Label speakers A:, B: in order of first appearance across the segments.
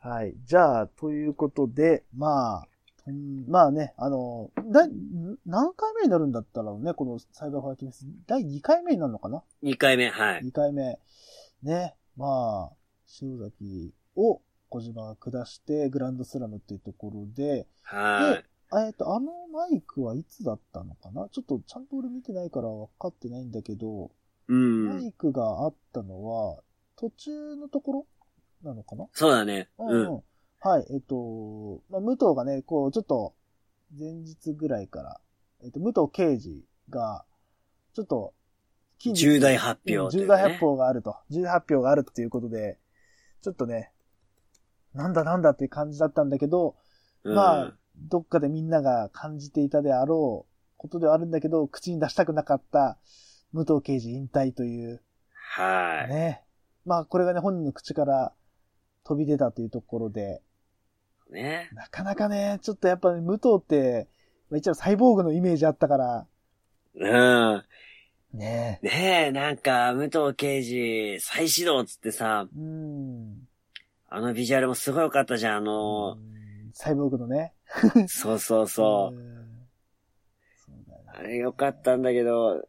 A: はい。じゃあ、ということで、まあ、うんまあね、あの、だ、何回目になるんだったらね、このサイバーファイティングス、第2回目になるのかな
B: 2回目、はい。
A: ?2 回目。ね、まあ、塩崎を小島が下して、グランドスラムっていうところで、
B: は
A: えっと、あのマイクはいつだったのかなちょっとちゃんと俺見てないから分かってないんだけど、
B: い。う
A: マ
B: ん。
A: イクがあったのは、途中のところなのかな
B: そうだね。
A: う
B: うんん。
A: うん。はい、えっと、まあ、武藤がね、こう、ちょっと、前日ぐらいから、えっと、武藤刑事が、ちょっと、近日
B: 重大発表と
A: 重
B: いうね、
A: 大発表があると。重大発表があるっていうことで、ちょっとね、なんだなんだっていう感じだったんだけど、
B: うん
A: まあ、どっかでみんなが感じていたであろうことではあるんだけど、口に出したくなかった武藤刑事引退という、
B: はい。
A: ね。まあ、これがね、本人の口から飛び出たというところで、
B: ね。
A: なかなかね、ちょっとやっぱ、ね、武藤って、まあ一応サイボーグのイメージあったから、
B: うん。
A: ね
B: ねえ、なんか、武藤刑事、再始動っつってさ、
A: え。うん。
B: あのビジュアルもすごい良かったじゃん、あの、
A: うんサイボーグのね。
B: そうそうそうう。
A: んそうだよね
B: あれ良かったんだけど、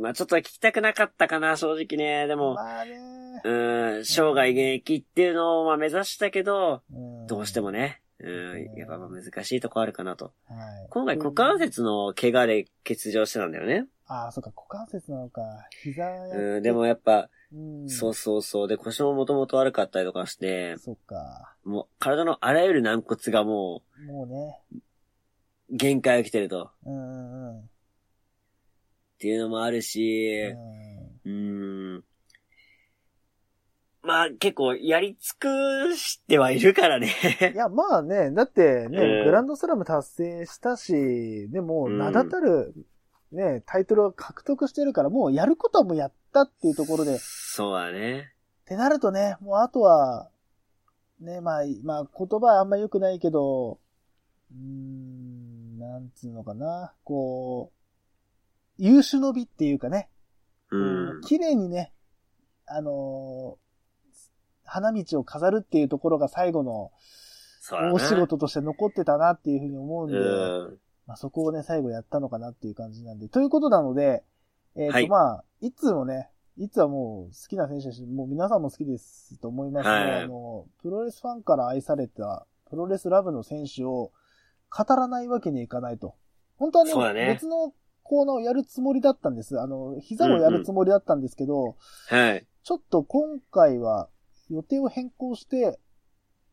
B: まあちょっと聞きたくなかったかな、正直ね。でも、
A: まあね。
B: うん、生涯現役っていうのをまあ目指したけど、どうしても
A: ね。
B: ね、うん、やっぱまあ難しいとこあるかなと。
A: はい。
B: 今回股関節の怪我で欠場してたんだよね。
A: ああ、そうか、股関節なのか。膝や
B: うん、でも、やっぱ、
A: うん、
B: そうそうそう。で、腰ももともと悪かったりとかして、
A: そうか。
B: もう体のあらゆる軟骨がも
A: もうね。
B: う限界が来てると。っ
A: うんうんうん。
B: ていうのもあるし、
A: うん
B: うーん。まあ結構やり尽くしてはいるから
A: い
B: ね。
A: や、まあね、だってね、
B: うん
A: グランドスラム達成したし、でも、
B: うん
A: 名だたる、ね、タイトルを獲得してるから、もうやることはもうやったっていうところで、っ
B: そうだね。
A: てなるとね、もうあとは、ね、まあ、まあ、言葉はあんま良くないけど、うーん、なんつうのかな、こう、優秀の美っていうかね、
B: うん。
A: 綺麗にね、あのー花道を飾るっていうところが最後の
B: そうだな。
A: 大仕事として残ってたなっていうふうに思うんで、
B: うん。
A: まあ、そこをね、最後やったのかなっていう感じなんで。ということなので、えっ、と、
B: はい
A: まあ、いつもね、いつはもう好きな選手だし、もう皆さんも好きですと思いますね。
B: はい
A: あの、プロレスファンから愛された、プロレスラブの選手を語らないわけにはいかないと。本当はね、
B: そうだね
A: 別のコーナーをやるつもりだったんです。あの、膝をやるつもりだったんですけど、
B: はい。
A: ちょっと今回は予定を変更して、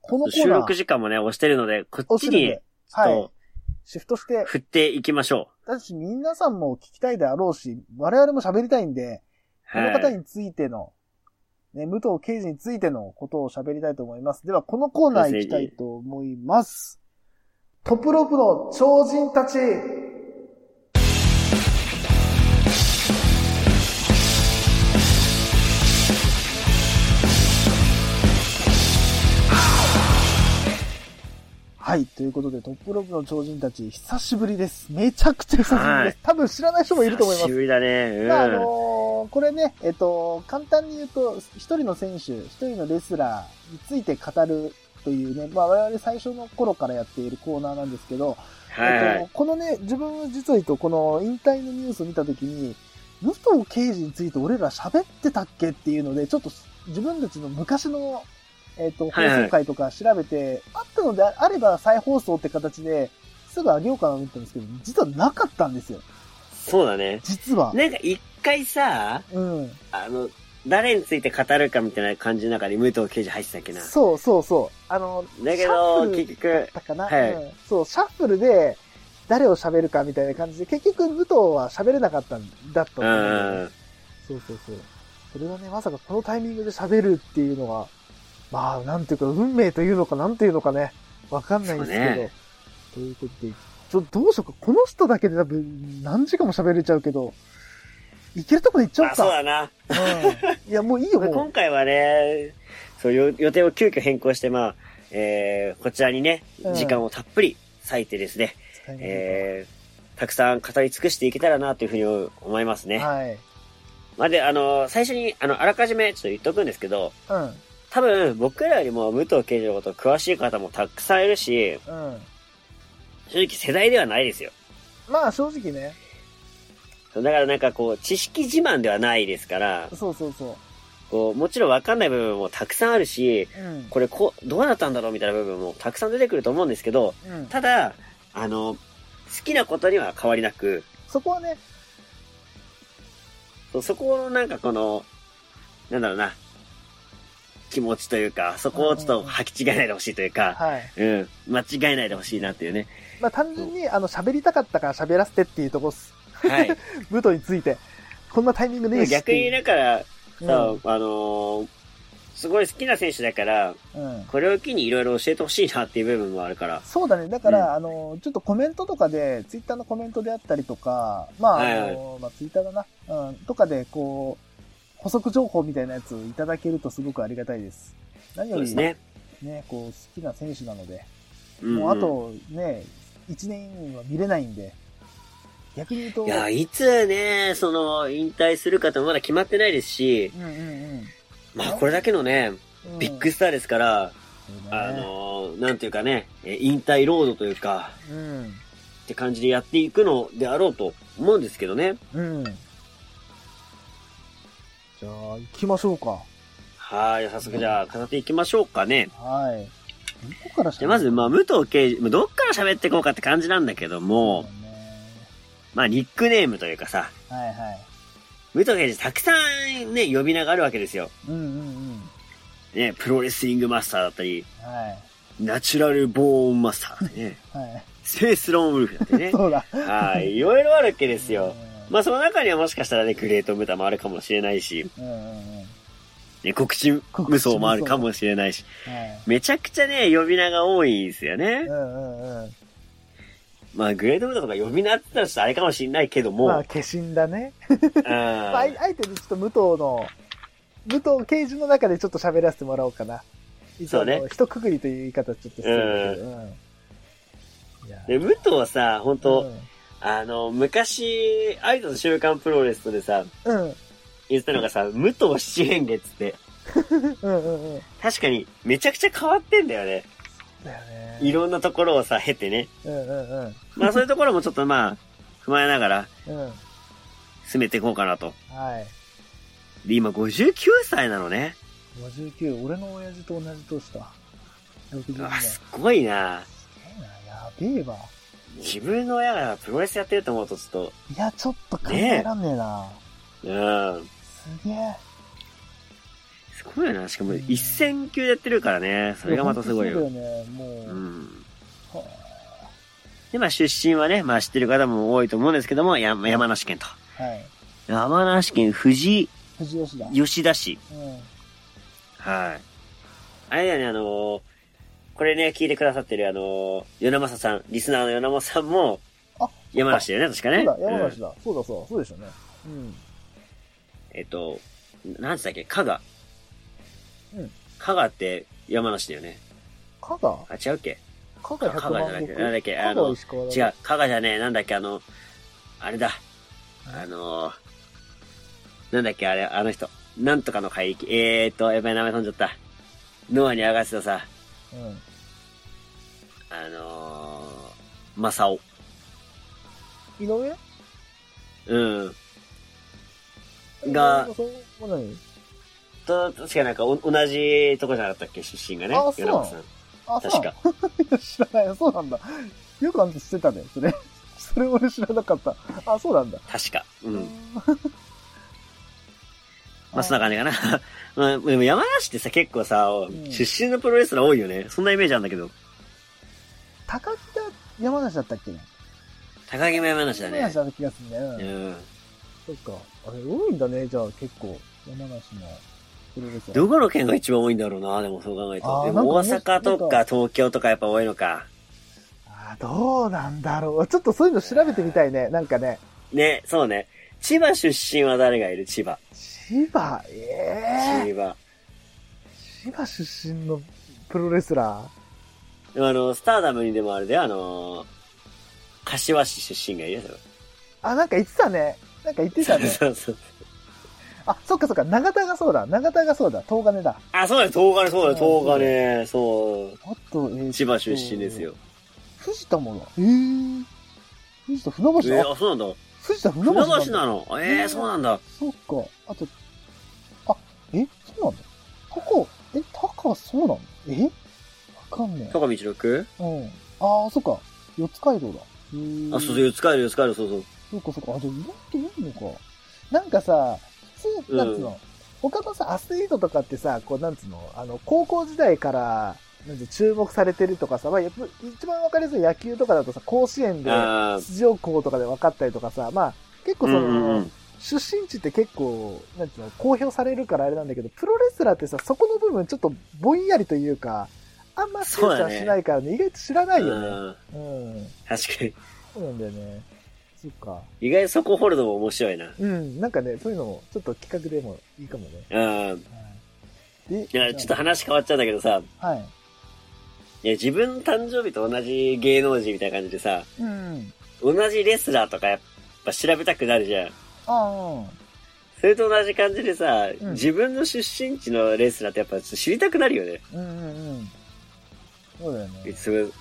A: このコー
B: 収
A: ナー
B: 録時間もね、押してるので、こっ
A: をす
B: ち
A: るん
B: に
A: で、、はい
B: と、
A: シフトして、
B: 振っていきましょ
A: だし、皆さんも聞きたいであろうし、我々も喋りたいんで、
B: う。
A: こ
B: は
A: の
B: い。
A: 方についての、ね、武藤刑事についてのことを喋りたいと思います。では、このコーナー行きたいと思います。トップロープの超人たちはい。ということで、トップロープの超人たち、久しぶりです。めちゃくちゃ久しぶりです。
B: はい
A: 多分知らない人もいると思います
B: 久し。ぶりだね。うん。
A: まあ、あのーこれね、えっと、簡単に言うと、一人の選手、一人のレスラーについて語るというね、まあ、我々最初の頃からやっているコーナーなんですけど、
B: はいは
A: えっ
B: い。
A: と、このね、自分は実は言うと、この引退のニュースを見たときに、武藤刑事について俺ら喋ってたっけっていうので、ちょっと自分たちの昔の、えっと、放
B: はいはい
A: 送回とか調べて、あったのであれば再放送って形で、すぐ上げようかなと思ったんですけど、実はなかったんですよ。
B: そうだね。
A: 実は。
B: なんか一回さ、
A: うん。
B: あの、誰について語るかみたいな感じの中に武藤刑事入ってたっけな。
A: そうそうそう。あの、
B: だけ
A: シャッ
B: ど、
A: フル
B: 結局、
A: だったかな、
B: はい
A: うんそう、シャッフルで、誰を喋るかみたいな感じで、結局、武藤は喋れなかったんだったん
B: う
A: だよ
B: ん
A: ね。。そうそうそう。それがね、まさかこのタイミングで喋るっていうのが、まあ、なんていうか、運命というのか、なんていうのかね、わかんないんですけど。
B: そうね
A: ということで、ちょ、どうしようか。この人だけで多分、何時間も喋れちゃうけど、いけるとこで行っちゃお
B: あ、
A: う
B: そう
A: か。
B: だな。
A: うん。いや、もういい よ、も
B: 今回はね、そう、よ予定を急遽変更して、まあ、えー、こちらにね
A: うん、
B: 時間をたっぷり割いてですね、
A: う。
B: えー、たくさん語り尽くしていけたらなというふうに思いますね。
A: はい。
B: まあ、で、あの、最初に、あの、あらかじめちょっと言っとくんですけど、
A: うん。
B: 多分、僕らよりも武藤刑事のこと詳しい方もたくさんいるし、
A: うん。
B: 正直世代ではないですよ。
A: まあ正直ね。
B: だからなんかこう、知識自慢ではないですから、
A: そうそうそ
B: こう、もちろんわかんない部分もたくさんあるし、
A: う。うん。
B: これこう、どうなったんだろうみたいな部分もたくさん出てくると思うんですけど、
A: うん。
B: ただ、あの、好きなことには変わりなく、
A: そこはね、
B: そうそこのなんかこの、なんだろうな、気持ちというか、そこをちょっと履き違えないでほしいというか、
A: はい。
B: うん、間違えないでほしいなっていうね。
A: まあ単純に、あの、喋りたかったから喋らせてっていうとこっす。
B: はい。
A: 武藤について。こんなタイミングねえしって
B: 逆
A: い
B: に
A: う。
B: だから、さ、
A: うん
B: あのーすごい好きな選手だから、
A: うん。
B: これを機にいろいろ教えてほしいなっていう部分もあるから。
A: そうだね。だから、
B: うん
A: あの、ちょっとコメントとかで、ツイッターのコメントであったりとか、まあ、あの、
B: はい
A: まあ、ツイッターだな。うん。とかで、こう、補足情報みたいなやつをいただけるとすごくありがたいです。何
B: そ
A: よ
B: うで
A: り
B: す
A: ね、
B: ね。
A: こう、好きな選手なので、
B: うんうん
A: もうあ、とね、1年は見れないんで、逆に言うと、
B: いや、
A: う
B: いつね、その、引退するかとまだ決まってないですし、
A: んうん
B: まあこれだけのね、
A: うん。
B: ビッグスターですから、
A: うん、
B: あのーなんていうかね、え引退ロードというか、
A: うん。
B: って感じでやっていくのであろうと思うんですけどね。
A: うん。じゃあ、行きましょうか。
B: はい、早速じゃあ、語っていきましょうかね。
A: はい。どこからし
B: じゃあまず、まあ、武藤刑事、まあどっから喋っていこうかって感じなんだけど
A: そう
B: も
A: だ、ね
B: まあ、ニックネームというかさ、
A: はいはい。
B: 武藤刑事たくさんね、呼び名があるわけですよ。
A: うんうんうん。
B: ね、プロレスリングマスターだったり、
A: は
B: ナチュラルボーンマスターだったりね、
A: い。は
B: スペースローンウルフだったりね
A: い。。 そうだ。
B: はい、いろいろあるわけですよ。
A: うん
B: まあ、その中にはもしかしたらね、グレートムタもあるかもしれないし、
A: うんうんうん。はい。
B: ね、告知無双もあるかもしれないし、めちゃくちゃね、呼び名が多いですよね
A: う。んうんうん。
B: まあ、グレードムとか呼び名って言ったらちょっとあれかもしれないけども、
A: ま
B: あ
A: あ、化身だね。まあ、あ
B: ー
A: えあえてちょっと武藤の、武藤刑事の中でちょっと喋らせてもらおうかな。
B: そうね
A: 一応あの一括りという言い方ちょっとするんだけど。うん。いや
B: で、武藤はさ、本当、
A: うん
B: あの、昔、アイドル週刊プロレスでさ、
A: うん。
B: 言ってたのがさ、武藤七変月って、
A: うんうんうん。
B: 確かにめちゃくちゃ変わってんだよね。
A: だよね。
B: いろんなところをさ、経てね。
A: うんうんうん。
B: まあ、そういうところもちょっとまあ、踏まえながら、
A: うん。
B: 進めていこうかなと。
A: はい。
B: で、今59歳なのね。
A: 59、俺の親父と同じ年だ。62
B: あ、
A: 年。
B: す
A: す
B: ごいな
A: げえな、やべえわ。
B: 自分の親がプロレスやってると思うとちょっ
A: いや、ちょっと考えらんねえな。
B: と、うん。
A: すげえ。
B: すごいよな。しかも一戦級でやってるからね。それがまたすごい
A: やほ
B: よ。
A: んとそうだよね、もう。
B: うん。
A: は
B: で、まあ出身はね、まあ知ってる方も多いと思うんですけども、や山梨県と。
A: あはい。
B: 山梨県富士
A: 藤吉だ。
B: 吉田市。
A: うん。
B: はい。あれだよね、あのーこれね、聞いてくださってるあのー、与那正さん、リスナーの与那正さんも
A: あ、
B: 山梨だよね、確か
A: そ
B: ね。
A: うだ、山
B: う
A: 梨
B: ん
A: だ。そうだそう、そうでしょうね。うん。
B: えっと、なんつったっけ、加賀。
A: うん。
B: 加賀って山梨だよね。
A: 加賀
B: あ、違うっけ
A: 加賀
B: 加
A: 100
B: 賀じゃな
A: 万
B: い
A: 石
B: けど、なんだっけ、あ
A: 加賀
B: の、
A: 石川だ。
B: 違う、加賀じゃねえ、なんだっけ、あの、あれだ。あのー、なんだっけ、あれ、あの人。なんとかの海域。えーっと、やばい、名前飛んじゃった。ノアに上がってたさ、
A: うん。
B: あのー、マサオ。
A: 井上
B: うん。
A: 井上
B: が、
A: もそうもない
B: と、確かなんかお、同じとこじゃなかったっけ、出身がね。
A: あそう
B: 米子さん
A: あ、そう
B: 確
A: な
B: か。
A: の 知らない。そうなんだ。よくあんた知ってたね、それ。 それ俺知らなかった。あ、そうなんだ。
B: 確か。う。。
A: うん
B: まあ、そんな感じかな。 まあ、でも山梨ってさ、結構さ、
A: ん
B: 出身のプロレスラー多いよね。そんなイメージあるんだけど。
A: 高木が山梨だったっけね
B: 高木も山梨だ
A: 山
B: ね
A: 梨。だった気がするね。うん
B: うん。
A: そっか。あれ、多いんだね、じゃあ結構。山梨のプロレスラー
B: どこの県が一番多いんだろうな、でもそう考えると。
A: あー
B: で
A: なん
B: も
A: か
B: 大
A: ね
B: 阪と
A: な
B: か東京とかやっぱ多いのか。
A: あーどうなんだろう。ちょっとそういうの調べてみたいね。なんかね。
B: ね、そうね。千葉出身は誰がいる千葉。
A: 千葉、ええ
B: 千葉。
A: 千葉出身のプロレスラー。
B: でもあの、スターダムにでもあれで、あのー柏市出身がいるよ。
A: あ、なんか言ってたね。なんか言ってたね。
B: そうそう。
A: あ、そっかそっか、長田がそうだ。長田がそうだ。東金だ。
B: あ、そうだよ、東金、そうだよ、
A: うん
B: 東金、そ
A: あと、えー
B: う。千葉出身ですよ。。
A: 藤田もだ。えー、藤田船
B: え
A: 橋だ。
B: ー、あ、そうなんだ。
A: 藤田船橋なんだ
B: 船橋なのえ
A: う
B: ー、
A: ん
B: そうなんだ。
A: そっか。あと、あ、え、そうなんだ。タカ、え、タカそうなのえわかんね
B: 高見一六
A: え。うん。ああ、そっか。四つ街道だ。へー
B: あ、そうそう、四つ帰る、四つ帰る、そうそう。
A: そうかそうか。あ、でも意外といいのか。なんかさ、普通、なんつうの、他のさ、アスリートとかってさ、こう、なんつうの、あの、高校時代から、なんて注目されてるとかさ、まあ、やっぱ一番わかりやすい野球とかだとさ、甲子園で
B: あー
A: 出場校とかで分かったりとかさ、まあ、結構
B: う
A: そ
B: ん
A: の、
B: うんうん。
A: 出身地って結構、なんていうの、公表されるからあれなんだけど、プロレスラーってさ、そこの部分ちょっとぼんやりというか、あんま精査しないからね、意外と知らないよね。
B: うん
A: うん。
B: 確かに。
A: そうなんだよね。そっか。
B: 意外とそこ掘るのも面白いな。
A: うん、なんかね、そういうのも、ちょっと企画でもいいかもね。
B: うん。
A: はいで、
B: いや、ちょっと話変わっちゃうんだけどさ、
A: はい。
B: いや、自分の誕生日と同じ芸能人みたいな感じでさ、
A: うん。
B: 同じレスラーとかやっぱ調べたくなるじゃん。
A: あ
B: それと同じ感じでさ、
A: うん
B: 自分の出身地のレスラーってやっぱ知りたくなるよね。
A: あ、うんうんうん。そうだよね。
B: すごい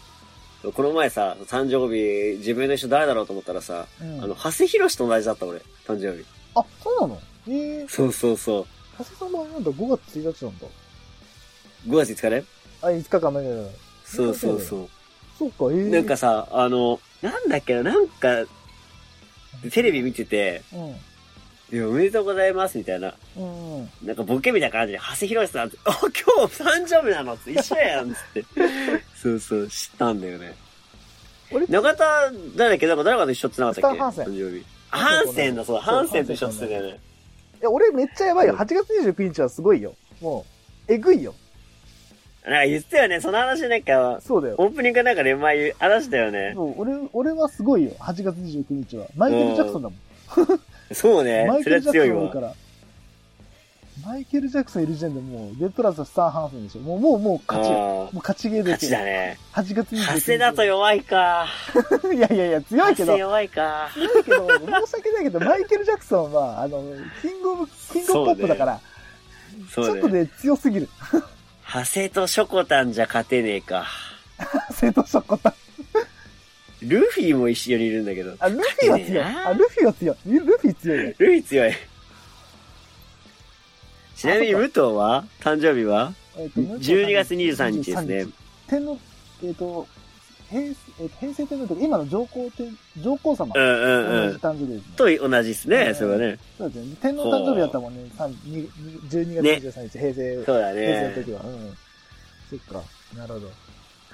B: この前さ、誕生日、自分の人誰だろうと思ったらさ、
A: うん、
B: あの、長谷博士と同じだった俺、誕生日。
A: あ、そうなのええー、
B: そうそうそ
A: 長谷さんのあれなんだ、5月1日なんだ。
B: う。5月5日ね
A: あ、5日間前だよ。
B: そうそうそ
A: そうか、ええ
B: う。
A: ー。
B: なんかさ、あの、なんだっけな、なんか、テレビ見てて、
A: うん。
B: いやおめでとうございます、みたいな。
A: うんうん。
B: なんかボケみたいな感じで、長谷博士さんって、あ、今日誕生日なのって一緒やんっつ って。そうそう、知ったんだよね。
A: 俺
B: 中田、誰だっけなんか誰かと一緒ってなかったっけ
A: スタンハンセン
B: 誕生日。あハンセンだ、そう、
A: そう
B: ハンセンと一緒って言ってたよね。
A: いや、俺めっちゃやばいよ。
B: うん
A: 8月29日はすごいよ。もう、えぐいよ。
B: なんか言ってたよね、その話なんか、
A: そうだよ。
B: オープニングなんかで前話したよね。
A: そう俺、俺はすごいよ。8月29日は。マイケル・ジャクソンだもん。
B: そうね
A: マ、イケ
B: それ
A: ル・
B: は
A: ジャ
B: 強
A: ク
B: い
A: ソンいるか
B: わ。
A: ら。マイケル・ジャクソンいる時点でもう、レッドラスはスタン・ハンセンでしょ。もう、もう、もう勝ちよ。も
B: あ
A: う勝ちゲー
B: ー
A: で
B: 勝
A: す
B: ち
A: よ
B: だ。ね。
A: 8月29日。
B: 長谷だと弱いか。
A: いやいやいや、強い
B: 長
A: けど
B: 谷、弱いか。
A: 強いけど、申し訳ないけど、マイケル・ジャクソンは、あの、キングオブ、キングオブポップだから、ち
B: そ
A: ょ
B: う
A: っと
B: ね。
A: ね、強すぎる。
B: 長谷とショコタンじゃ勝てねえか。
A: 生徒ショコタン
B: ルフィも一緒にいるんだけど。
A: あ、ルフィは強い。あ、ルフィは強い。ルフィ強いよ。
B: ルイ強い。ちなみに
A: あそ
B: 武藤は誕生日は
A: えっと
B: 12月23日ですね。。
A: 天皇、えっ、と、平成、えーと、平成天皇とか、今の上皇天、上皇様。同
B: う
A: じ
B: んうんうん。
A: 誕生日ですね。
B: と同じですね、
A: うん
B: それはね。
A: そうですね。天皇誕生日だったもんね。三にに12
B: ね
A: 月23日、平成、
B: そうだ
A: 平成の
B: ね
A: 時。は。うん。そっか。なる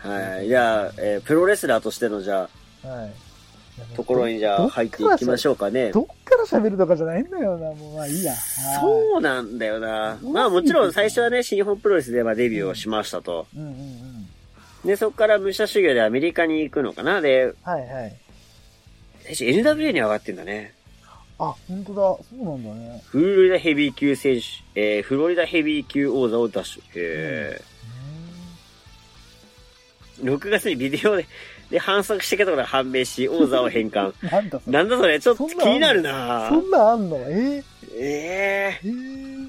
A: ほ
B: はい。じゃあ、えープロレスラーとしての、じゃ
A: ど。はい。
B: あ、ところに、じゃ
A: ど
B: あ、
A: っから
B: 入っていきましょうかね。
A: どっから喋るとかじゃないんだよな、もう。まあいいや。は
B: そうなんだよな。まあ、もちろん最初はね、新日本プロレスでまあデビューをしましたと。
A: い。うんうんうん。
B: で、そこから武者修行でアメリカに行くのかな。で、
A: はいはい。
B: 最初 NWA に上がってんだね。
A: あ、本当だ。そうなんだね。
B: フロリダヘビー級選手、えーフロリダヘビー級王座を奪取。へー6月にビデオでで反則してきたことが判明し、王座を返還。
A: うんなんだそれ。
B: なんだそれ、ちょっと
A: そ
B: 気
A: んなの
B: になるな
A: そんなんあんのえ
B: え
A: ー、えー、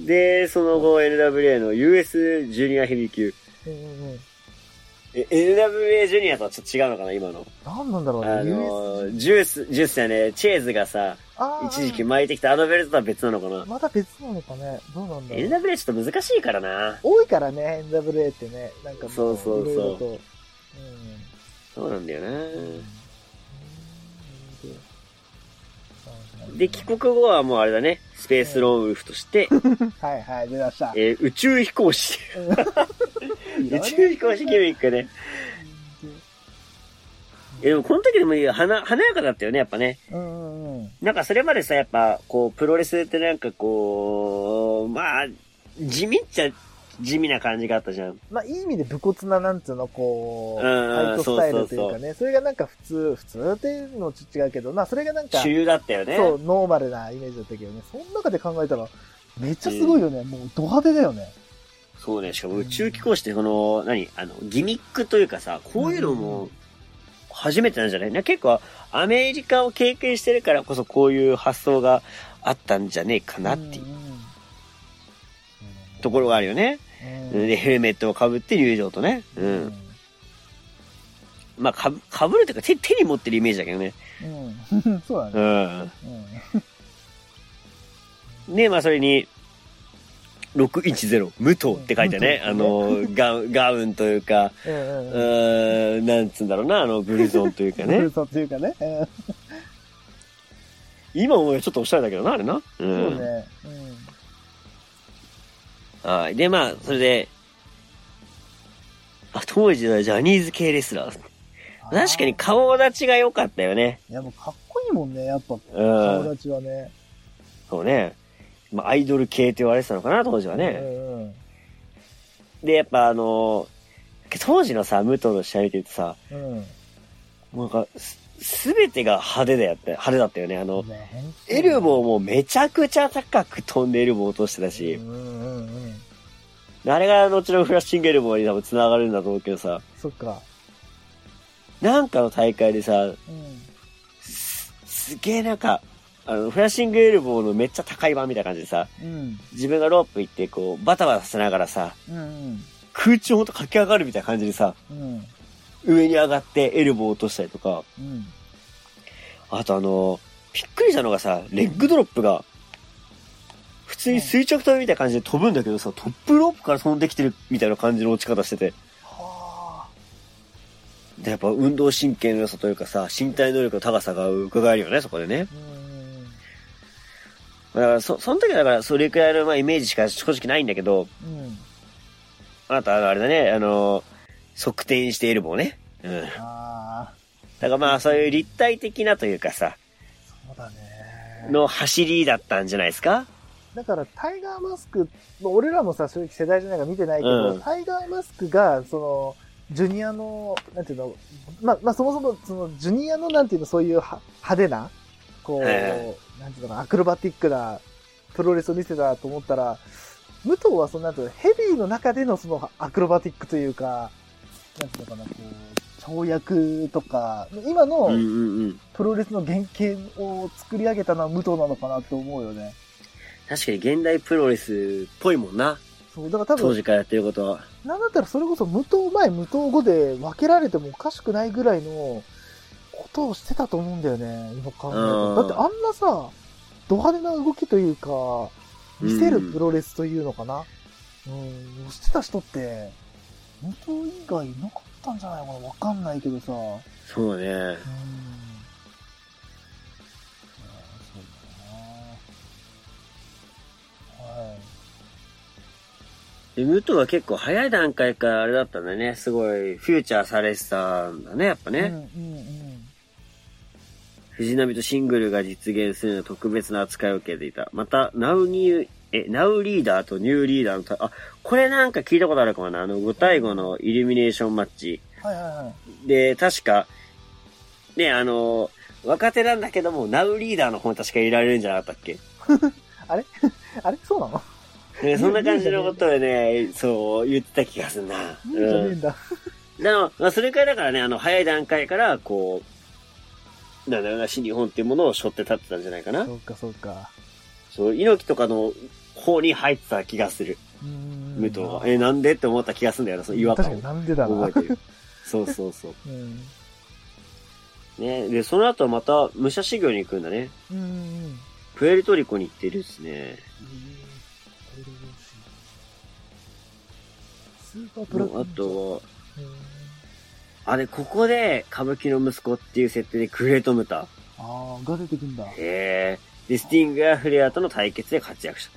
B: えで、その後 NWA の US ジュニアヘビー級。
A: うんうんうん。
B: え NWA ジュニアとはちょっと違うのかな、今の。
A: なんなんだろうね。
B: あ
A: US
B: のー、ジュース、ジュースやね、チェーズがさ、
A: あー
B: 一時期巻いてきたあのベルトとは別なのかな。
A: また別なのかね。どうなんだろう。
B: NWA ちょっと難しいからな。
A: 多いからね、NWA ってね。なんかも
B: そうそうそう
A: いろいろと。
B: そうなんだよ
A: うん。
B: な。
A: で
B: で、帰国後はもうあれだね、スペースローンウルフとして、
A: はいはい、出ました。
B: えー宇宙飛行 士。
A: いろい
B: 宇
A: ろ
B: 宙飛行士ギミックね。え、でもこの時でもいい華華やかだったよね、やっぱね。
A: うんうんうん。
B: なんかそれまでさ、やっぱ、こう、プロレスってなんかこう、まあ、地味っちゃ地味な感じがあったじゃん。
A: まあ、いい意味で武骨な、なんつうの、こう、
B: うん
A: ファ
B: うん
A: イトスタイルというかね、それがなんか普通、普通っていうのと違うけど、まあ、それがなんか、
B: 主流だったよね。
A: そう、ノーマルなイメージだったけどね、その中で考えたら、めっちゃすごいよね、もうド派手だよね。
B: そうね。しかも宇宙飛行士って、その、何あの、ギミックというかさ、こういうの
A: う
B: も
A: ん、
B: 初めてなんじゃないな結構、アメリカを経験してるからこそこういう発想があったんじゃねえかなってい
A: ん
B: うんところがあるよね。
A: うん
B: で、ヘルメットをかぶって入場とね。うん。まあ、かぶ、かぶるというか手、手に持ってるイメージだけどね。
A: うん そうだ
B: う
A: ね。
B: ん。
A: うん
B: で、まあ、それに、610武藤って書いてね、あの、ガウン、ガウンというか、
A: うん
B: う
A: うん
B: ーん、なんつうんだろうな、あの、ブルゾンというか
A: ブ
B: ね
A: ル。ゾンっていうかね。うん
B: 今思えばちょっとおしゃれだけどな、あれな。う。
A: そうんね。
B: はい。で、まあ、それで、あ、当時のジャニーズ系レスラー。
A: うん
B: 確かに。顔立ちが良かったよね。
A: いや、もうかっこいいもんね、やっぱ、
B: う
A: 顔
B: ん。
A: 立ちはね。
B: そうね。まあ、アイドル系って言われてたのかな、当時は
A: うん
B: ね。
A: うん
B: で、やっぱあの、当時のさ、武藤の試合見てるとさ、
A: うん。
B: もうなんか、すすべてが派手だよって、派手だったよね。あの、
A: ねほんと
B: エルボーもめちゃくちゃ高く飛んでエルボー落としてたし
A: う、んうんうん。
B: あれが後のフラッシングエルボーに多分繋がるんだと思うけどさ、
A: そっか。
B: なんかの大会でさ、
A: うん。
B: すすげえなんか、あの、フラッシングエルボーのめっちゃ高い版みたいな感じでさ、
A: うん。
B: 自分がロープ行ってこう、バタバタしながらさ、
A: うん
B: 空中ほんと駆け上がるみたいな感じでさ、
A: うん。うん。
B: 上に上がってエルボー落としたりとか、
A: うん。
B: あとあの、びっくりしたのがさ、レッグドロップが、普通に垂直跳びみたいな感じで飛ぶんだけどさ、トップロープから飛んできてるみたいな感じの落ち方してて、
A: はあ。
B: でやっぱ運動神経の良さというかさ、身体能力の高さが伺えるよね、そこでね。
A: うん。
B: だからそ、その時はだからそれくらいのまあイメージしか正直ないんだけど、
A: うん。
B: あとあの、あれだね、あの、側転してエルボーね。うん。だ
A: ああ。
B: からまあそういう立体的なというかさ、
A: そうだね。
B: の走りだったんじゃないですか
A: だから、タイガーマスク、まあ俺らもさ、正直世代じゃないから見てないけど、
B: うん
A: タイガーマスクが、その、ジュニアの、なんていうの、まあ、まあ、そもそも、その、ジュニアの、なんていうの、そういうは派手な、こう、
B: はいはい
A: なんていうのかな、アクロバティックな、プロレスを見せたと思ったら、武藤は、その、なんていうの、ヘビーの中での、その、アクロバティックというか、なんていうのかな、こう、跳躍とか、今の
B: うんうんうん。
A: プロレスの原型を作り上げたのは武藤なのかなって思うよね。
B: 確かに現代プロレスっぽいもんな。
A: そう、だから多分
B: 当、時からやってることは。
A: なんだったらそれこそ無糖前無糖後で分けられてもおかしくないぐらいのことをしてたと思うんだよね、今考える
B: う
A: と。
B: ん
A: だってあんなさ、ド派手な動きというか、見せるプロレスというのかな。うん、をしてた人って、無糖以外いなかったんじゃないかな、わかんないけどさ。うん。ね
B: そうね。
A: そうだなはい。
B: で、武藤は結構早い段階からあれだったんだよね。すごい、フューチャーされてたんだね、やっぱね。
A: うんうんうん。
B: 藤波とシングルが実現するの特別な扱いを受けていた。また、ナウニュー、え、ナウリーダーとニューリーダーのた、あ、これなんか聞いたことあるかもな。あの、5対5のイルミネーションマッチ。
A: はいはいはい。
B: で、確か、ね、あの、若手なんだけども、ナウリーダーの方に確か入れられるんじゃなかったっけ
A: あれそうなの
B: ねそんな感じのことでね、そう言ってた気がするな。
A: いいじゃね
B: う
A: え
B: ん。
A: んだ。
B: でも、まあ、それからだからね、あの、早い段階から、こう、なんだろうな、新日本っていうものを背負って立ってたんじゃないかな
A: そ。うかそうか。
B: そう、猪木とかの方に入ってた気がする。
A: 武
B: 武藤が。え、なんでって思った気がするんだよな、その違和
A: 確
B: 感
A: か
B: を
A: になんでだな。
B: 覚えてる。そうそう そ
A: うん。
B: う。ね、で、その後また武者修行に行くんだね。
A: うんうん。
B: プエルトリコに行ってるっすね。
A: スーパー
B: あ
A: ブラック。
B: と、あれ、ここで歌舞伎の息子っていう設定でクレートムタ。
A: ああ、が出てくんだ。うんうん
B: へえ。で、スティングやフレアとの対決で活躍した。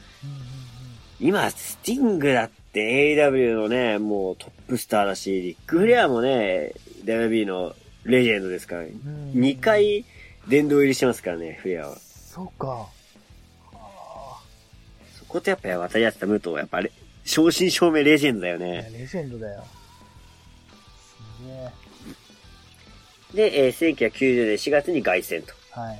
B: 今、スティングだって AW のね、もうトップスターだし、リック・フレアもね、WB のレジェンドですから、ね、
A: うんうん
B: 2。回殿堂入りしてますからね、フレアは。
A: そうか。あ
B: そことやっぱ渡り合ってた武藤はやっぱり、正真正銘レジェンドだよ
A: あ、いや
B: ね。
A: レジェンドだよ。すげえ。
B: で、えー1990年4月に凱旋と。
A: はい。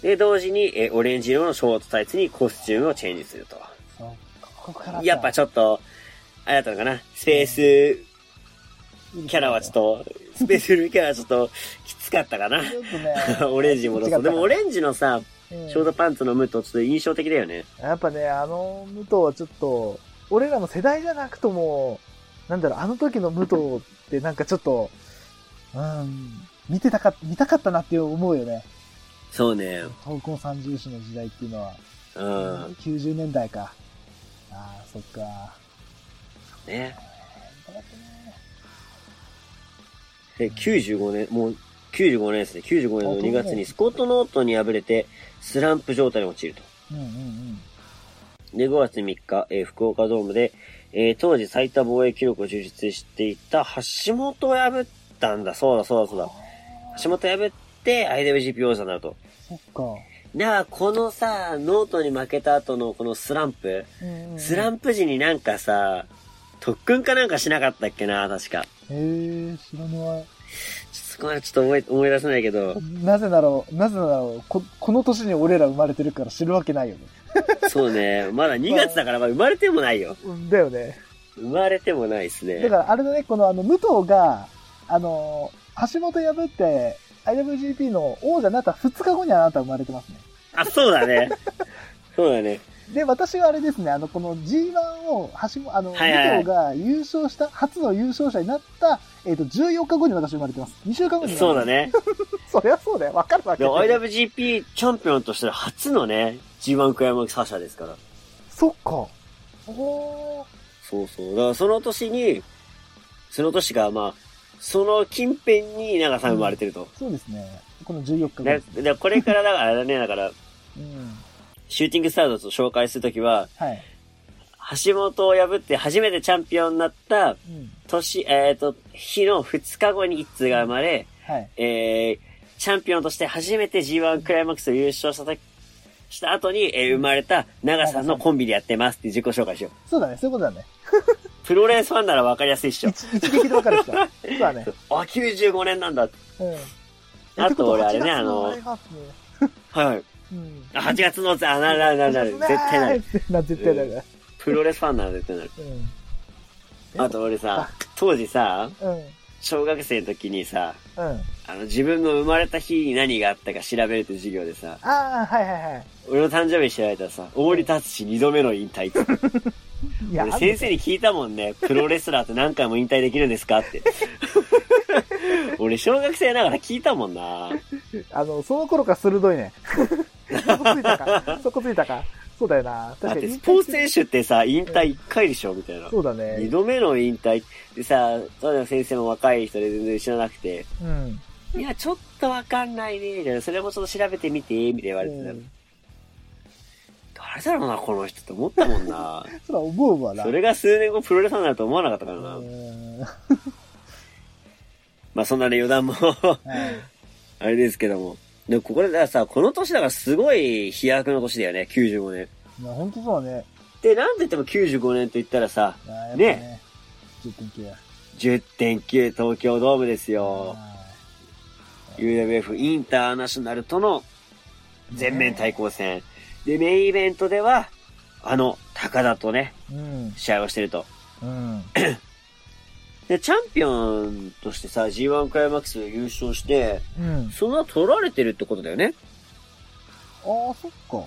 B: で、同時に、えーオレンジ色のショートタイツにコスチュームをチェンジすると。
A: そうかここから
B: やっぱ
A: ょ
B: ちょっと、あれだったのかな、スペースキャラはちょっ と、スペースルーキャラはちょっときつかったかな。 。
A: ちょっとね
B: オレンジも
A: 違った
B: 戻そ
A: か
B: う。でもオレンジのさ、
A: ええ
B: ショートパンツの武藤、ちょっと印象的だよね。
A: やっぱね、あの武藤はちょっと、俺らの世代じゃなくとも、なんだろう、あの時の武藤ってなんかちょっと、うん、見てたか、見たかったなって思うよね。
B: そうね。
A: 闘魂三重視の時代っていうのは。
B: うん。
A: 90年代か。ああ、そっか。
B: ね。
A: 見たかったね
B: で95年、もう95年ですね。95年の2月にスコットノートに敗れて、スランプ状態に陥ると。
A: うんうん
B: で、5月3日、えー福岡ドームで、えー当時最多防衛記録を充実していた橋本を破ったんだ。そうだそうだそうだ。橋本破って、IWGP 王者になると。
A: うん。そっか。
B: なあ、このさ、ノートに負けた後のこのスランプ、
A: うんうん、
B: スラ
A: ン
B: ンプ時になんかさ、特訓かなんかしなかったっけな、確か。
A: へえ、知らない。
B: そこまでちょっと思い思い出せないけど、
A: なぜなら、なぜなら、こ、この年に俺ら生まれてるから知るわけないよね。
B: そうね、まだ2月だから、まあ、生まれてもないよ。
A: うん、だよね。
B: 生まれてもないですね
A: だか。ら、あれだね、この、あの、武藤が、あの、橋本破って、IWGP の王者になった2日後にあなた生まれてますね。
B: あ、そうだね。そうだね。
A: で、私はあれですね、あの、この G1 を、橋本、あの、
B: はいはいはい
A: 武藤が優勝した、初の優勝者になった、えっ、と、14日後に私生まれてます。2週間後に。
B: そうだ。ね。
A: そりゃそうだよ。わかるわけ
B: で
A: ない
B: IWGP チャンピオンとして初のね、G1 クライマックス覇者ですから。
A: そっか。おー。
B: そうそう。だからその年に、その年がまあ、その近辺に長さん生まれてると。
A: そうですね。この14日後
B: だ
A: で
B: か
A: す。
B: らだからこれからだからあれだね、だから、
A: うん。
B: シューティングスターダストを紹介するときは、
A: はい。
B: 橋本を破って初めてチャンピオンになった
A: うん。
B: 年、えっ、と、日の2日後に一通が生まれ、
A: はい。
B: えー、チャンピオンとして初めて G1 クライマックスを優勝したとき、した後に、えー生まれた長さんのコンビでやってますって自己紹介しよう。
A: そうだね。そういうことだね。
B: プロレスファンなら分かりやすいっしょ。
A: 一一撃でわかる人。そうだ ね。
B: あ、95年なんだ。
A: うん。
B: あと俺あれね
A: ってことは
B: あ
A: 8月ラ
B: の
A: イブハウスね
B: はいはい。
A: うん。
B: あ8月の、あ、なるなるなるなる。絶対なる。
A: 絶対なる。絶対なる。
B: プロレスファンなら絶対なる。
A: うん。
B: あと俺さ、当時さ、
A: うん。
B: 小学生の時にさ、
A: うん。
B: あの、自分の生まれた日に何があったか調べるって授業でさ、
A: ああ、はいはいはい。
B: 俺の誕生日調べたらさ、大森達志2度目の引退って。
A: い
B: 俺先生に聞いたも んね、プロレスラーって何回も引退できるんですかって。俺小学生ながら聞いたもんな。
A: あの、その頃から鋭いね。 そこついたか。そこついたか。そうだよな。
B: だっ
A: 確か
B: て
A: に。
B: スポーツ選手ってさ、引退1回でしょみたいな。
A: そうだ
B: 二
A: ね。
B: 度目の引退でさ、そうだよ先生も若い人で全然知らなくて、
A: うん。
B: いや、ちょっとわかんないね、みたいな、それもちょっと調べてみて、みたいな言われてた、
A: うん
B: 誰だろうな、この人って思ったもん な。
A: そら思うわな。
B: それが数年後プロレスラーになると思わなかったから
A: う
B: な。
A: ん。は
B: まあそんなね、余談も、あれですけども。でもここでだからさ、この年だからすごい飛躍の年だよね、95年。
A: いいや、ほんとそうだね。
B: で、なんと言っても95年と言ったらさ、
A: あーやっぱ
B: ね
A: ね。10点9。
B: 10.9東京ドームですよ。
A: あ
B: UWF インターナショナルとの全面対抗戦。で、メインイベントでは、あの、高田とね、
A: ーうん。
B: 試合をしてると。
A: うん。
B: で、チャンピオンとしてさ、G1 クライマックス優勝して、
A: うん。
B: その後取られてるってことだよね。
A: ああ、そっか。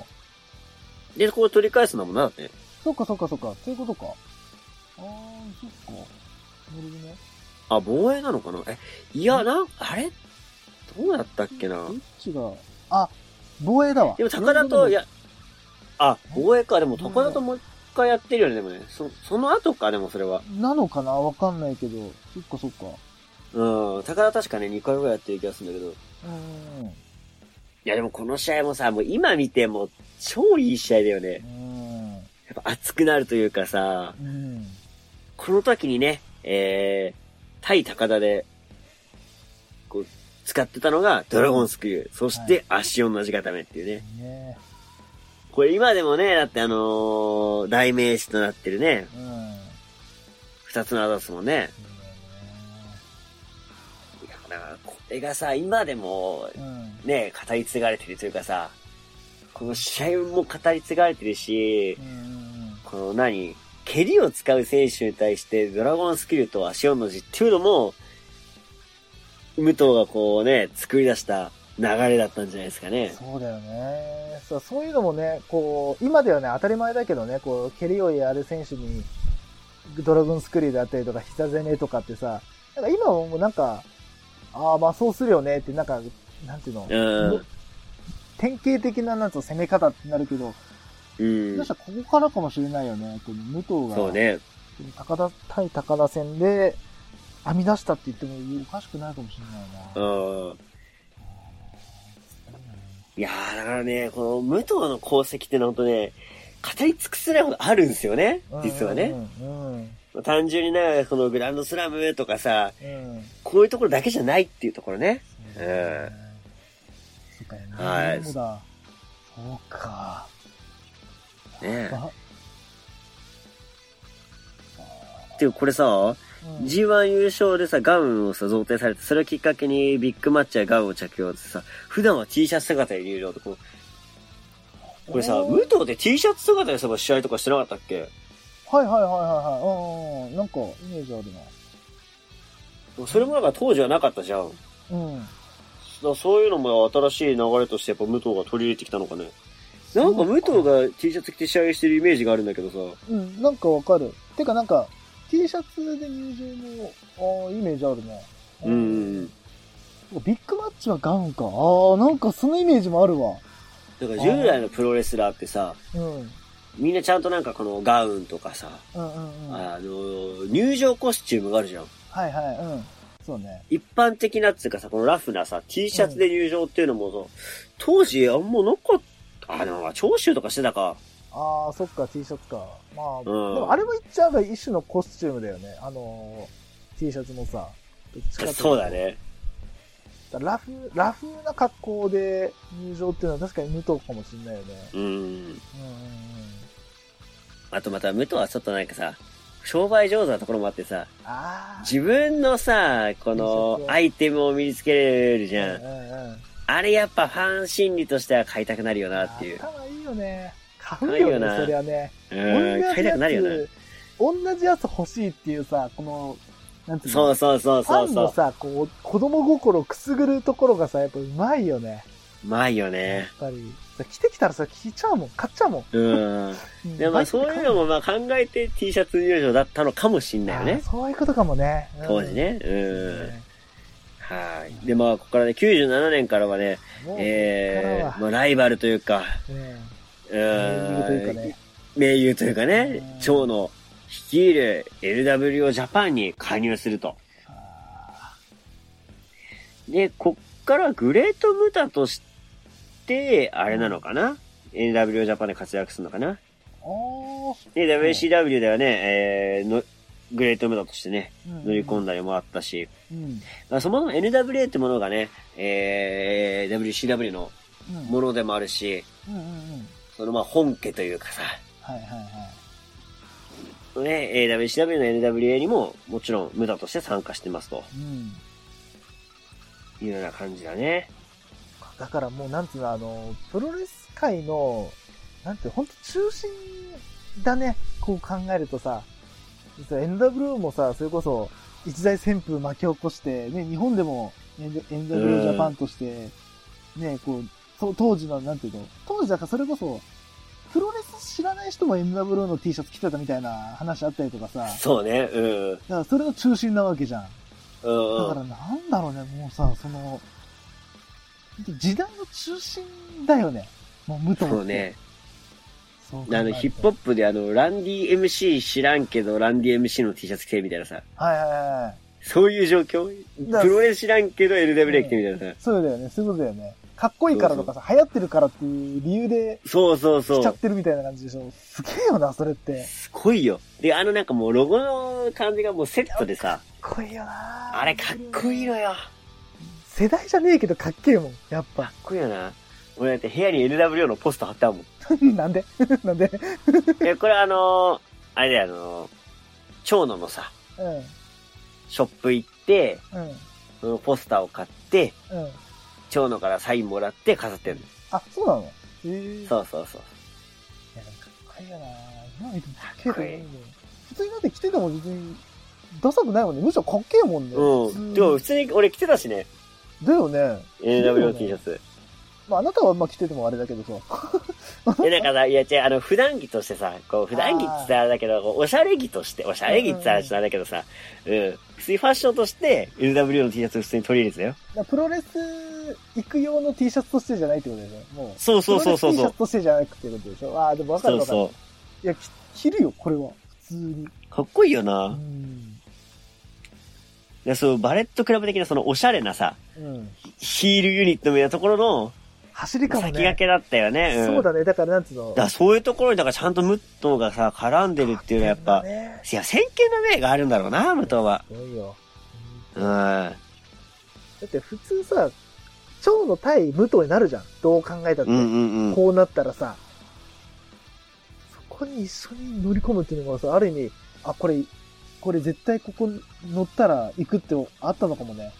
B: で、これ取り返すのもんな、だって。
A: そっかそっかそっか。そういうことか。ああ、そっか。なるほどね。
B: あ、防衛なのかなえ、いや、なん、あれどうだったっけな
A: どっちが、あ、防衛だわ。
B: でも高田と、いや、あ、防衛か。でも高田ともう一回やってるよね、でもね。そ、その後か、でもそれは。
A: なのかなわかんないけど。そっかそっか。
B: うん。高田確かね、2回ぐらいやってる気がするんだけど。
A: うん。
B: いやでもこの試合もさ、もう今見ても超いい試合だよね。
A: うん。
B: やっぱ熱くなるというかさ、
A: うん。
B: この時にね、えー、対高田で、こう、使ってたのがドラゴンスクリュー、そして足同じ固めっていうね。
A: ね
B: これ今でもね、だってあのー、代名詞となってるね、
A: うん。うん
B: 二つの技ですもんね。いや、だからこれがさ、今でも
A: うん。
B: ね、語り継がれてるというかさ、この試合も語り継がれてるし、
A: うん。
B: この何蹴りを使う選手に対してドラゴンスキルと足音の字っていうのも、武藤がこうね、作り出した流れだったんじゃないですかね。
A: そうだよね。そう、そういうのもね、こう、今ではね、当たり前だけどね、こう、蹴りをやる選手に、ドラゴンスクリューであったりとか、膝攻めとかってさ、なんか今はもうなんか、ああ、まあそうするよねって、なんか、なんていうの、
B: うん。
A: 典型的な、なんつうの、攻め方ってなるけど、
B: うん
A: もし。かしたらここからかもしれないよね。この武藤が、
B: そうね。
A: 高田対高田戦で編み出したって言ってもおかしくないかもしれないな。
B: うん。いやー、だからね、この武藤の功績ってのは本当ね、語り尽くせないほどあるんですよね。実はね。
A: うん。うん。
B: 単純にな、このグランドスラムとかさ、
A: うん。
B: こういうところだけじゃないっていうところね。
A: そうだよねそうかよね。
B: はい
A: そうだ。そうか。
B: ね
A: あ
B: っていう、これさ、
A: うん
B: G1 優勝でさ、ガウンをさ、贈呈されて、それをきっかけにビッグマッチやガウンを着用してさ、普段は T シャツ姿で入場とこう、これさ、
A: おー
B: 武藤って T シャツ姿でさ、試合とかしてなかったっけ
A: はいはいはいはいはい。うんうんうん。なんか、イメージあるな。
B: それもなんか当時はなかったじゃん。だか
A: うん。
B: らそういうのも新しい流れとしてやっぱ武藤が取り入れてきたのかね。なんか武藤が T シャツ着て試合してるイメージがあるんだけどさ。
A: うん、なんかわかる。てかなんか、T シャツで入場の、あーイメージあるね。
B: うんうんうん。
A: ビッグマッチはガウンか。ああ、なんかそのイメージもあるわ。
B: だから従来のプロレスラーってさ、
A: うん。うん
B: みんなちゃんとなんかこのガウンとかさ、
A: うんうん。はい
B: あの、入場コスチュームがあるじゃん。
A: はい、うん。そうね。
B: 一般的なっつうかさ、このラフなさ、T シャツで入場っていうのもさ、当時あんまなかった、あ、でも長州とかしてたか。
A: ああ、そっか、T シャツか。まあ、
B: ん
A: でもあれも言っちゃえば一種のコスチュームだよね。あのー、T シャツもさ、どっちかといと
B: そうだ。ね。
A: だからラフ、ラフな格好で入場っていうのは確かに無糖かもしれないよね。
B: うん。
A: うんうんうん。
B: あとまた、武藤はちょっとなんかさ、商売上手なところもあってさ、
A: ああ。
B: 自分のさ、
A: T シャ
B: この
A: ツを
B: アイテムを身につけれるじゃ。
A: うんんうん。
B: あれやっぱファン心理としては買いたくなるよなっていう。
A: 頭いいよね。買うよ
B: 買うよ
A: ね、
B: な
A: そりゃね。
B: うん、買いたくなるよな。
A: 同じやつ欲しいっていうさ、この、なんていうの
B: そうそうそう
A: ファ
B: そう
A: ン
B: そ
A: の
B: う。
A: さ、こう、子供心をくすぐるところがさ、やっぱうまいよね。
B: うまいよ
A: やっ
B: ね。
A: ぱり。着てきたらさ、着ちゃうもん、買っちゃうもん。
B: うん。
A: うん
B: でまあそういうのもまあ考えて T シャツ入場だったのかもしんないよ
A: あー
B: ね。
A: そういうことかもね。うん
B: 当時。ね。う。
A: うん
B: はい。で、まあ、ここからね、97年からはね、
A: もう
B: え
A: ここから
B: ー、ま
A: は
B: あ、ライバルというか、
A: ね
B: う
A: え名優というか
B: ーん
A: ね、
B: 盟友というかね
A: うん、
B: 蝶の率いる LWO ジャパンに加入すると。
A: あ
B: で、こっからグレートムタとして、あれなのかな ?LWO ジャパンで活躍するのかな
A: ーおー
B: で、WCW ではね、えーの、グレートムタとしてね、乗り込んだりもあったし、
A: うん
B: まあ、そもそも NWA ってものがね、えー、WCW の
A: うん。
B: ものでもあるし、
A: うんうんうん。
B: そのまあ本家というかさ、
A: はいはいはい。
B: ね、えー WCW の NWA にももちろん無駄として参加してますと
A: うん。
B: いうような感じだね。
A: だからもう、なんていうの、あの、プロレス界の、なんていうの、ほんと中心だね。こう考えるとさ、実は NWO もさ、それこそ、一大旋風巻き起こして、ね、日本でも N- NWO ジャパンとして、ね、こう、と当時の、なんていうの、当時だからそれこそ、プロレス知らない人も NWO の T シャツ着てたみたいな話あったりとかさ、だ
B: そうね、うん。うん
A: からそれの中心なわけじゃん。
B: う
A: だ
B: ん、
A: からなんだろうね、もうさ、その、時代の中心だよね。もう武藤って。
B: そうね。
A: そう考え
B: あ
A: る
B: の、
A: と
B: ヒップホップであの、ランディ MC 知らんけど、ランディ MC の T シャツ着てみたいなさ、
A: はいはいはいはい。
B: そういう状況
A: だ
B: プロレス知らんけど LWA 着てみたいなさ。
A: そうだよね、そういうことだよね。かっこいいからとかさ、流行ってるからっていう理由で
B: そうそうそ
A: 来
B: う
A: ちゃっ。てるみたいな感じでしょ。すげえよな、それって。
B: すごいよ。で、あのなんかもうロゴの感じがもうセットでさ、
A: かっこいいよな
B: あれかっこいいのよ。か
A: 世代じゃねえけどかっけえもん、やっぱ
B: っ。こいいよな。俺だって部屋に LWO のポスト貼ってあるもん。
A: なんで なんで
B: え、これあのーあれだよ、あのー長野のさ、
A: うん、
B: ショップ行って、
A: うん、
B: そのポスターを買って、
A: うん。
B: 長野からサインもらって飾ってんの。
A: あ、そうなのええー。
B: そうそうそう。
A: いや、でもかっこいいよな今見てもかっけえと思うもん普通になって着てても別に、ダサくないもんね。むしろかっけえもんね。
B: うん。でも普通に俺着てたしね。
A: だよね。
B: AW の T シャツ。
A: まあ、あなたはまあ着ててもあれだけどさ。
B: え、だから、いや違う、あの、普段着としてさ、こう、普段着って言ったらあれだけど、こうおしゃれ着として、おしゃれ着って言ったらあれだけどさ、うん。普通にファッションとして、LW の T シャツを普通に取り入れてたよ。
A: だからプロレス行く用の T シャツとしてじゃないってことだよね。もう。
B: そうそうそうそ
A: プロレス T
B: う
A: シ
B: そ
A: ャ
B: う
A: ツ。としてじゃなくてことでしょ。ああ、でもわかる
B: そう
A: わかる。
B: そ
A: いや、き着るよ、これは。普通に。
B: う。かっこいいよ
A: う
B: な。
A: ん。
B: でそう、バレットクラブ的なそのおしゃれなさ、
A: うん。
B: ヒールユニットみたいなところの
A: 走りかもね。
B: 先駆けだったよね。ん
A: そうだね。だから、なんつうの。
B: だからそういうところに、だからちゃんとムットがさ、絡んでるっていうのはやっぱ、
A: ね
B: いや、先見の明があるんだろうな、ムットは。
A: すごいよ。
B: うん。だ
A: だって普通さ、蝶の対武藤になるじゃん。どう考えたっ
B: う
A: て。
B: んうんうん。
A: こうなったらさ、そこに一緒に乗り込むっていうのがさ、ある意味、あ、これ、これ絶対ここ乗ったら行くってあったのかもね。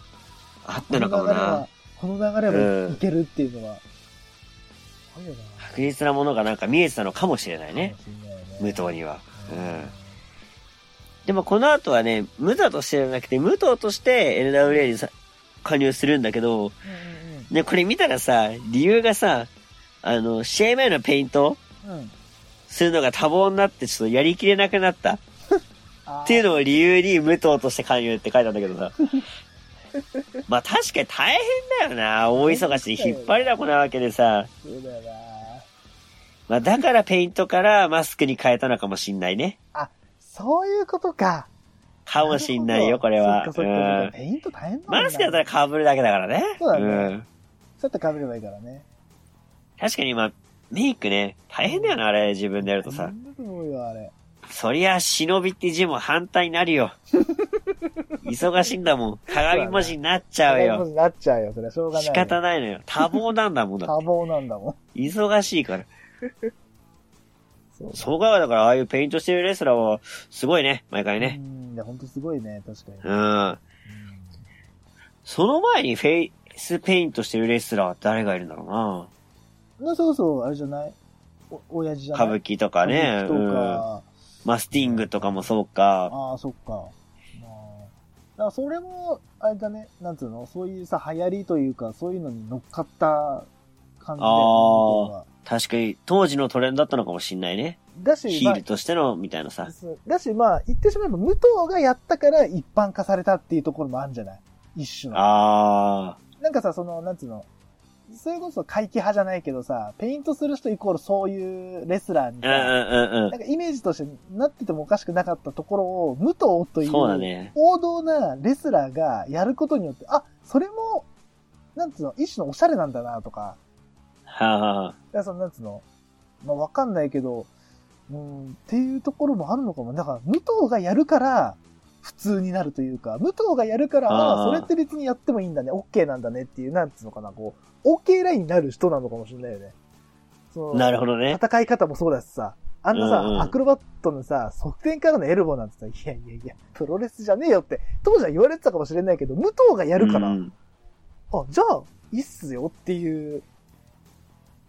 B: あった
A: この流
B: の
A: れ
B: かもな
A: は。、この流れ
B: う
A: は
B: ん
A: いけるっていうのは、あるよな。
B: 確実なものがなんか見えてたのかもしれないね。
A: かもしんないよね。
B: 武藤には。う
A: うん
B: ん。でもこの後はね、武藤としてじゃなくて、武藤として NWA にさ加入するんだけど、ね、これ見たらさ、理由がさ、あの、試合前のペイント
A: うんうんうん。
B: するのが多忙になってちょっとやりきれなくなったっ
A: って
B: いうのを理由に武藤として加入って書いたんだけど さ。まあ確かに大変だよな。大忙しで引っ張りだこなわけでさ。
A: そうだよな。
B: まあだからペイントからマスクに変えたのかもしんないね。
A: そういうことか。
B: かもしんないよ、これは。
A: そっかそっかそっか。ペイント大変だも
B: うん
A: んな
B: マスクだったら被るだけだからね。
A: そうだね
B: ん。
A: ちょっとかぶればいいからね。
B: 確かに今、メイクね、大変だよな、あれ、自分でやるとさ。
A: なんだと思うよ、あれ。
B: そりゃ、忍びって字も反対にな るよ。忙しいんだもん。鏡文字になっちゃう
A: そう
B: よ。
A: なっちゃうよ、それはしょうがない
B: 仕
A: よ。
B: 方ないのよ。多忙なんだもんだ
A: 多
B: って。
A: 忙なんだもん。
B: 忙し いから。
A: そう
B: そうか、だから、ああいうペイントしてるレスラーは、すごいね、毎回ね。
A: うん、いや、ほんとすごいね、確かに。
B: うん。その前にフェイスペイントしてるレスラーは誰がいるんだろうな。
A: なそうそう、あれじゃないお、親父じゃな
B: 歌
A: い
B: 舞伎とかね、
A: 歌舞伎と
B: うん
A: か、
B: マスティングとかもそうか。
A: ああ、そっか。まあ、だからそれも、あれだね、なんつうの、そういうさ、流行りというか、そういうのに乗っかった感じだよね
B: あ確かに、当時のトレンドだったのかもしんないね。
A: だし、
B: ヒ
A: ま
B: ールとしての、みたいなさ
A: あ、。そうだし、まあ、言ってしまえば、武藤がやったから一般化されたっていうところもあるんじゃない一種の。
B: あ
A: なんかさ、その、なんつうの、それこそ怪奇派じゃないけどさ、ペイントする人イコールそういうレスラーに
B: ー。う
A: さ、
B: んうんうん
A: なんかイメージとしてなっててもおかしくなかったところを、武藤と
B: う
A: い
B: ん。そうだ
A: う
B: ね。
A: 王道なレスラーがやることによって、あ、それも、なんつうの、一種のおしゃれなんだなとか、
B: はあ、はあはあ、
A: だからそのなんつうの、まあわかんないけど、うん、っていうところもあるのかも。だから、武藤がやるから、普通になるというか、武藤がやるから、あ
B: あ
A: あ、
B: ー
A: それって別にやってもいいんだね、OK なんだねっていう、なんつうのかな、こう、OK ラインになる人なのかもしれないよね。その
B: なるほどね。
A: 戦い方もそうだしさ、あんなさ、
B: うんうん
A: アクロバットのさ、側転からのエルボーなんてさ、いやいやいや、プロレスじゃねえよって、当時は言われてたかもしれないけど、武藤がやるから、
B: うん
A: あ、じゃあ、いいっすよっていう、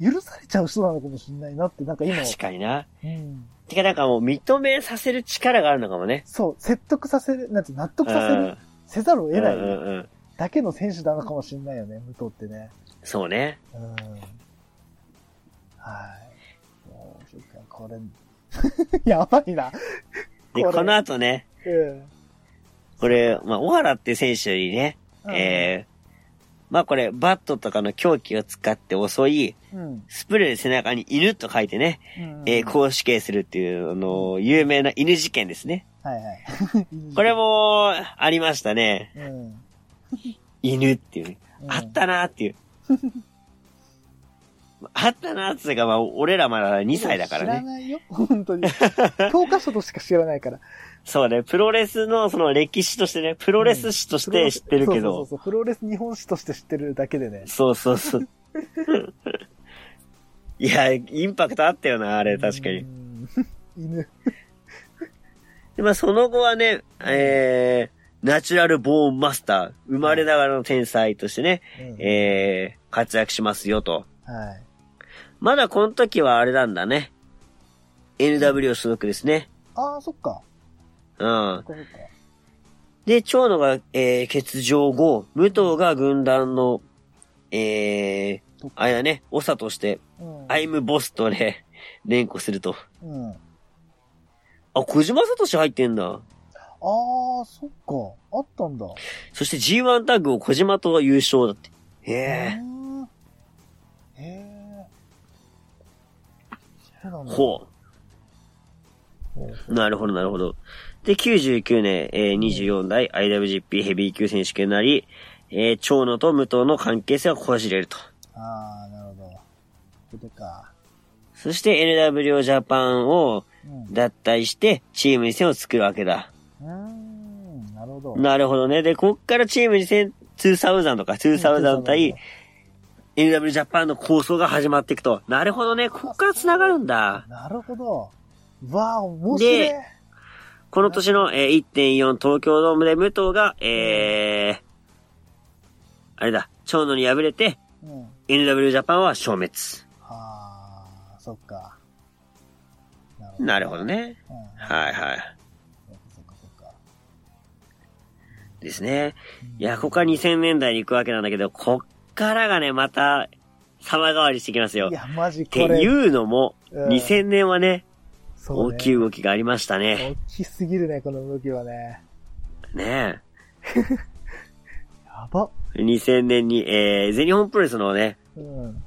A: 許されちゃう人なのかもしれないなって、なんか今、
B: 確かにな。
A: うん、
B: てかなんかもう認めさせる力があるのかもね。
A: そう、説得させる、なんて納得させ
B: う
A: る
B: ん、
A: せざるを得な
B: うん
A: い
B: うんうん。
A: だけの選手なのかもしれないよね、武藤ってね。
B: そうね。
A: うん。はい。もう、そっかこれ、 やばいな。
B: で、
A: これ
B: この後ね、
A: うん。
B: これ、まあ、小原って選手にね、えー、まあこれ、バットとかの凶器を使って襲い、
A: うん
B: スプレーで背中に犬と書いてね、
A: うん
B: えー、公死刑するっていう、あのー有名な犬事件ですね。
A: はいはい。
B: これ、も、ありましたね。
A: うんうん。
B: 犬っていうね。あったなーっていう。 あったなーっていうか、まあ、俺らまだ2歳だから
A: 知ら
B: ね。
A: ないよ、本当に。教科書としか知らないから。
B: そうね、プロレスのその歴史としてね、プロレス史として知ってるけ
A: そうそう
B: ど、
A: そうそう、プロレス日本史として知ってるだけでね。
B: そうそう そう。いや、インパクトあったよな、あれ、確か
A: う
B: に。
A: ん。 犬。
B: で、まあ、その後はね、えー、ナチュラルボーンマスター、生まれながらの天才としてね、
A: うん
B: えー、活躍しますよと。
A: はい。
B: まだこの時はあれなんだね。NW 所属ですね。
A: ああ、そっか。そ
B: うん。
A: っかそっか。
B: で、長野が、えー、欠場後、武藤が軍団の、えー、
A: トップ
B: あれだね、長として、
A: うん。
B: アイムボスとね、連呼すると。
A: うん。あ
B: あ、小島聡入ってんだ。
A: あ、そっか。あったんだ。
B: そして G1 タッグを小島と優勝だって。へえ、
A: うんへえ。そうなんだ。
B: ほ
A: ほ
B: う。なるほど、なるほど。で、99年、えー24代 IWGP ヘビー級選手権になり、えー、長野と武藤の関係性がこじれると。
A: ああ、なるほど。ことか。
B: そして NWO ジャパンを
A: うん。う
B: 脱退して、チームに線を作るわけだ。
A: ーん、なるほど。
B: なるほどね。で、こっからチームに線、2000とか2000対 NW ジャパンの構想が始まっていくと。なるほどね。こっから繋がるんだ。
A: なるほど。わあ、面白い。
B: でこの年の、えー1.4東京ドームで武藤が、えー、あれだ、長野に敗れて、
A: うん。
B: NW ジャパンは消滅。
A: はあ、そっか。なる
B: なるほど。ね。
A: うん。
B: はいはい。
A: そっかそっか。
B: ですね。
A: うん
B: いや、ここから2000年代に行くわけなんだけど、こっからがね、また、様変わりしてきますよ。
A: い
B: っ
A: や、マジ
B: て
A: これ。
B: いうのも、
A: うん
B: 2000年はね、
A: そう
B: 大
A: ね
B: きい動きがありましたね。
A: 大きすぎるね、この動きはね。
B: ね
A: やば。
B: え。2000年に、えー、全日本プロレスのね、
A: うん。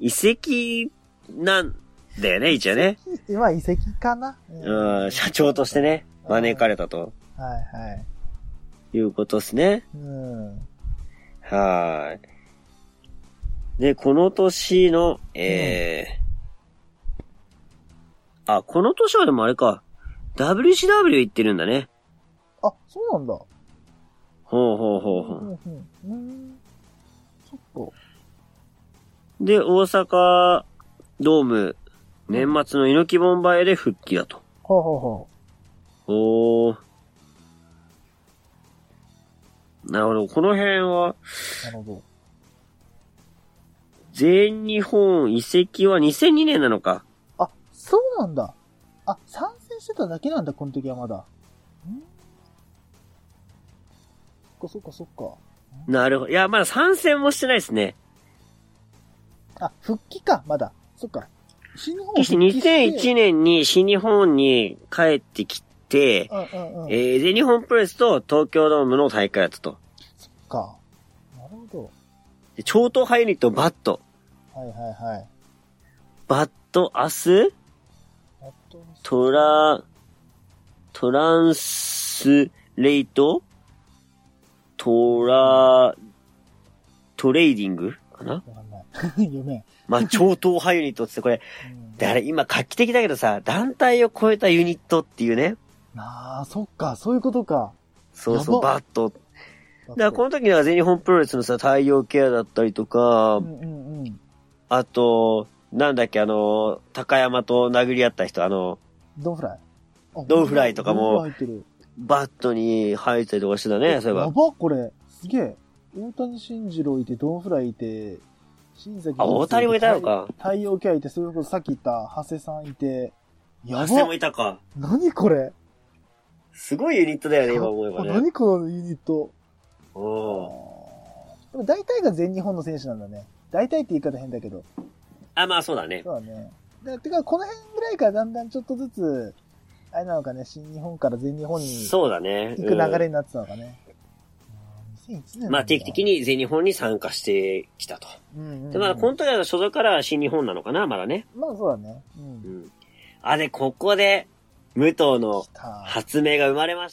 B: 遺跡なんだよね、一応ね。
A: 今、遺跡かな
B: うん、社長としてね、招かれたと
A: はいはい。
B: いうことですね。
A: うん。
B: はーい。で、この年の、えー、あ、この年はでもあれか、WCW 行ってるんだね。
A: あ、そうなんだ。
B: ほうほうほうほう。
A: うんうん。うん。そっか。
B: で、大阪ドーム、年末の猪木ボンバイで復帰だと。
A: ほうほうほ
B: おー。なるほど。この辺は、
A: う。なるほど。
B: 全日本移籍は2002年なのか。
A: あ、そうなんだ。あ、参戦してただけなんだ、この時はまだ。んそっかそっかそっ
B: なるほど。いや、まだ参戦もしてないですね。
A: か。あ、復帰か、まだ。そっか。新日本
B: 決して
A: 年。
B: 2001年に新日本に帰ってきて、
A: うんうんうん。
B: えー、全日本プロレスと東京ドームの大会だったと。
A: そっか。なるほ
B: で超党派ユニットバット。
A: ど。はいはいはい。
B: バット、アス、
A: やっと見せ
B: トラ、トランスレイトトラ、トレーディングかな
A: わかんない。 読めん。
B: まあ、超党派ユニットっつってこれ、
A: うん
B: だから今画期的だけどさ、団体を超えたユニットっていうね。
A: なあ、そっか、そういうことか。
B: そうそう、
A: やば
B: バット。
A: だ
B: だからこの時は全日本プロレスのさ、太陽ケアだったりとか、
A: うんうんうん。
B: あと、なんだっけ、あの、高山と殴り合った人、あの、
A: ドンフライ。あ
B: ドンフライとかも
A: ドンフライ入ってる。
B: バットに入ったりとかしてたね、そういえ
A: や
B: ば。
A: ば、これ。すげえ。大谷慎次郎いて、ドンフライいて、新崎
B: あ、大谷もいたの。か。
A: 太陽キャいて、それこそさっき言った、長谷さんいて。や
B: ハセも
A: ば
B: いたか。
A: 何これ
B: すごいユニットだよね、今思えば
A: あ
B: ね。
A: 何このユニット。あ
B: うん。
A: ーでも大体が全日本の選手なんだね。大体って言い方変だけど。
B: あ、まあそうだね。
A: そうだね。だてか、この辺ぐらいからだんだんちょっとずつ、あれなのかね、新日本から全日本に行
B: そうだね。
A: く流れ
B: うん
A: になってたのかね。あー2001年なんだ
B: まあ定期的に全日本に参加してきたと。
A: うんうんうん
B: で、まあ、この時は所属からは新日本なのかな、まだね。
A: まあそうだね。う。
B: うんん。あ、で、ここで、武藤の
A: 来た
B: 発明が生まれました。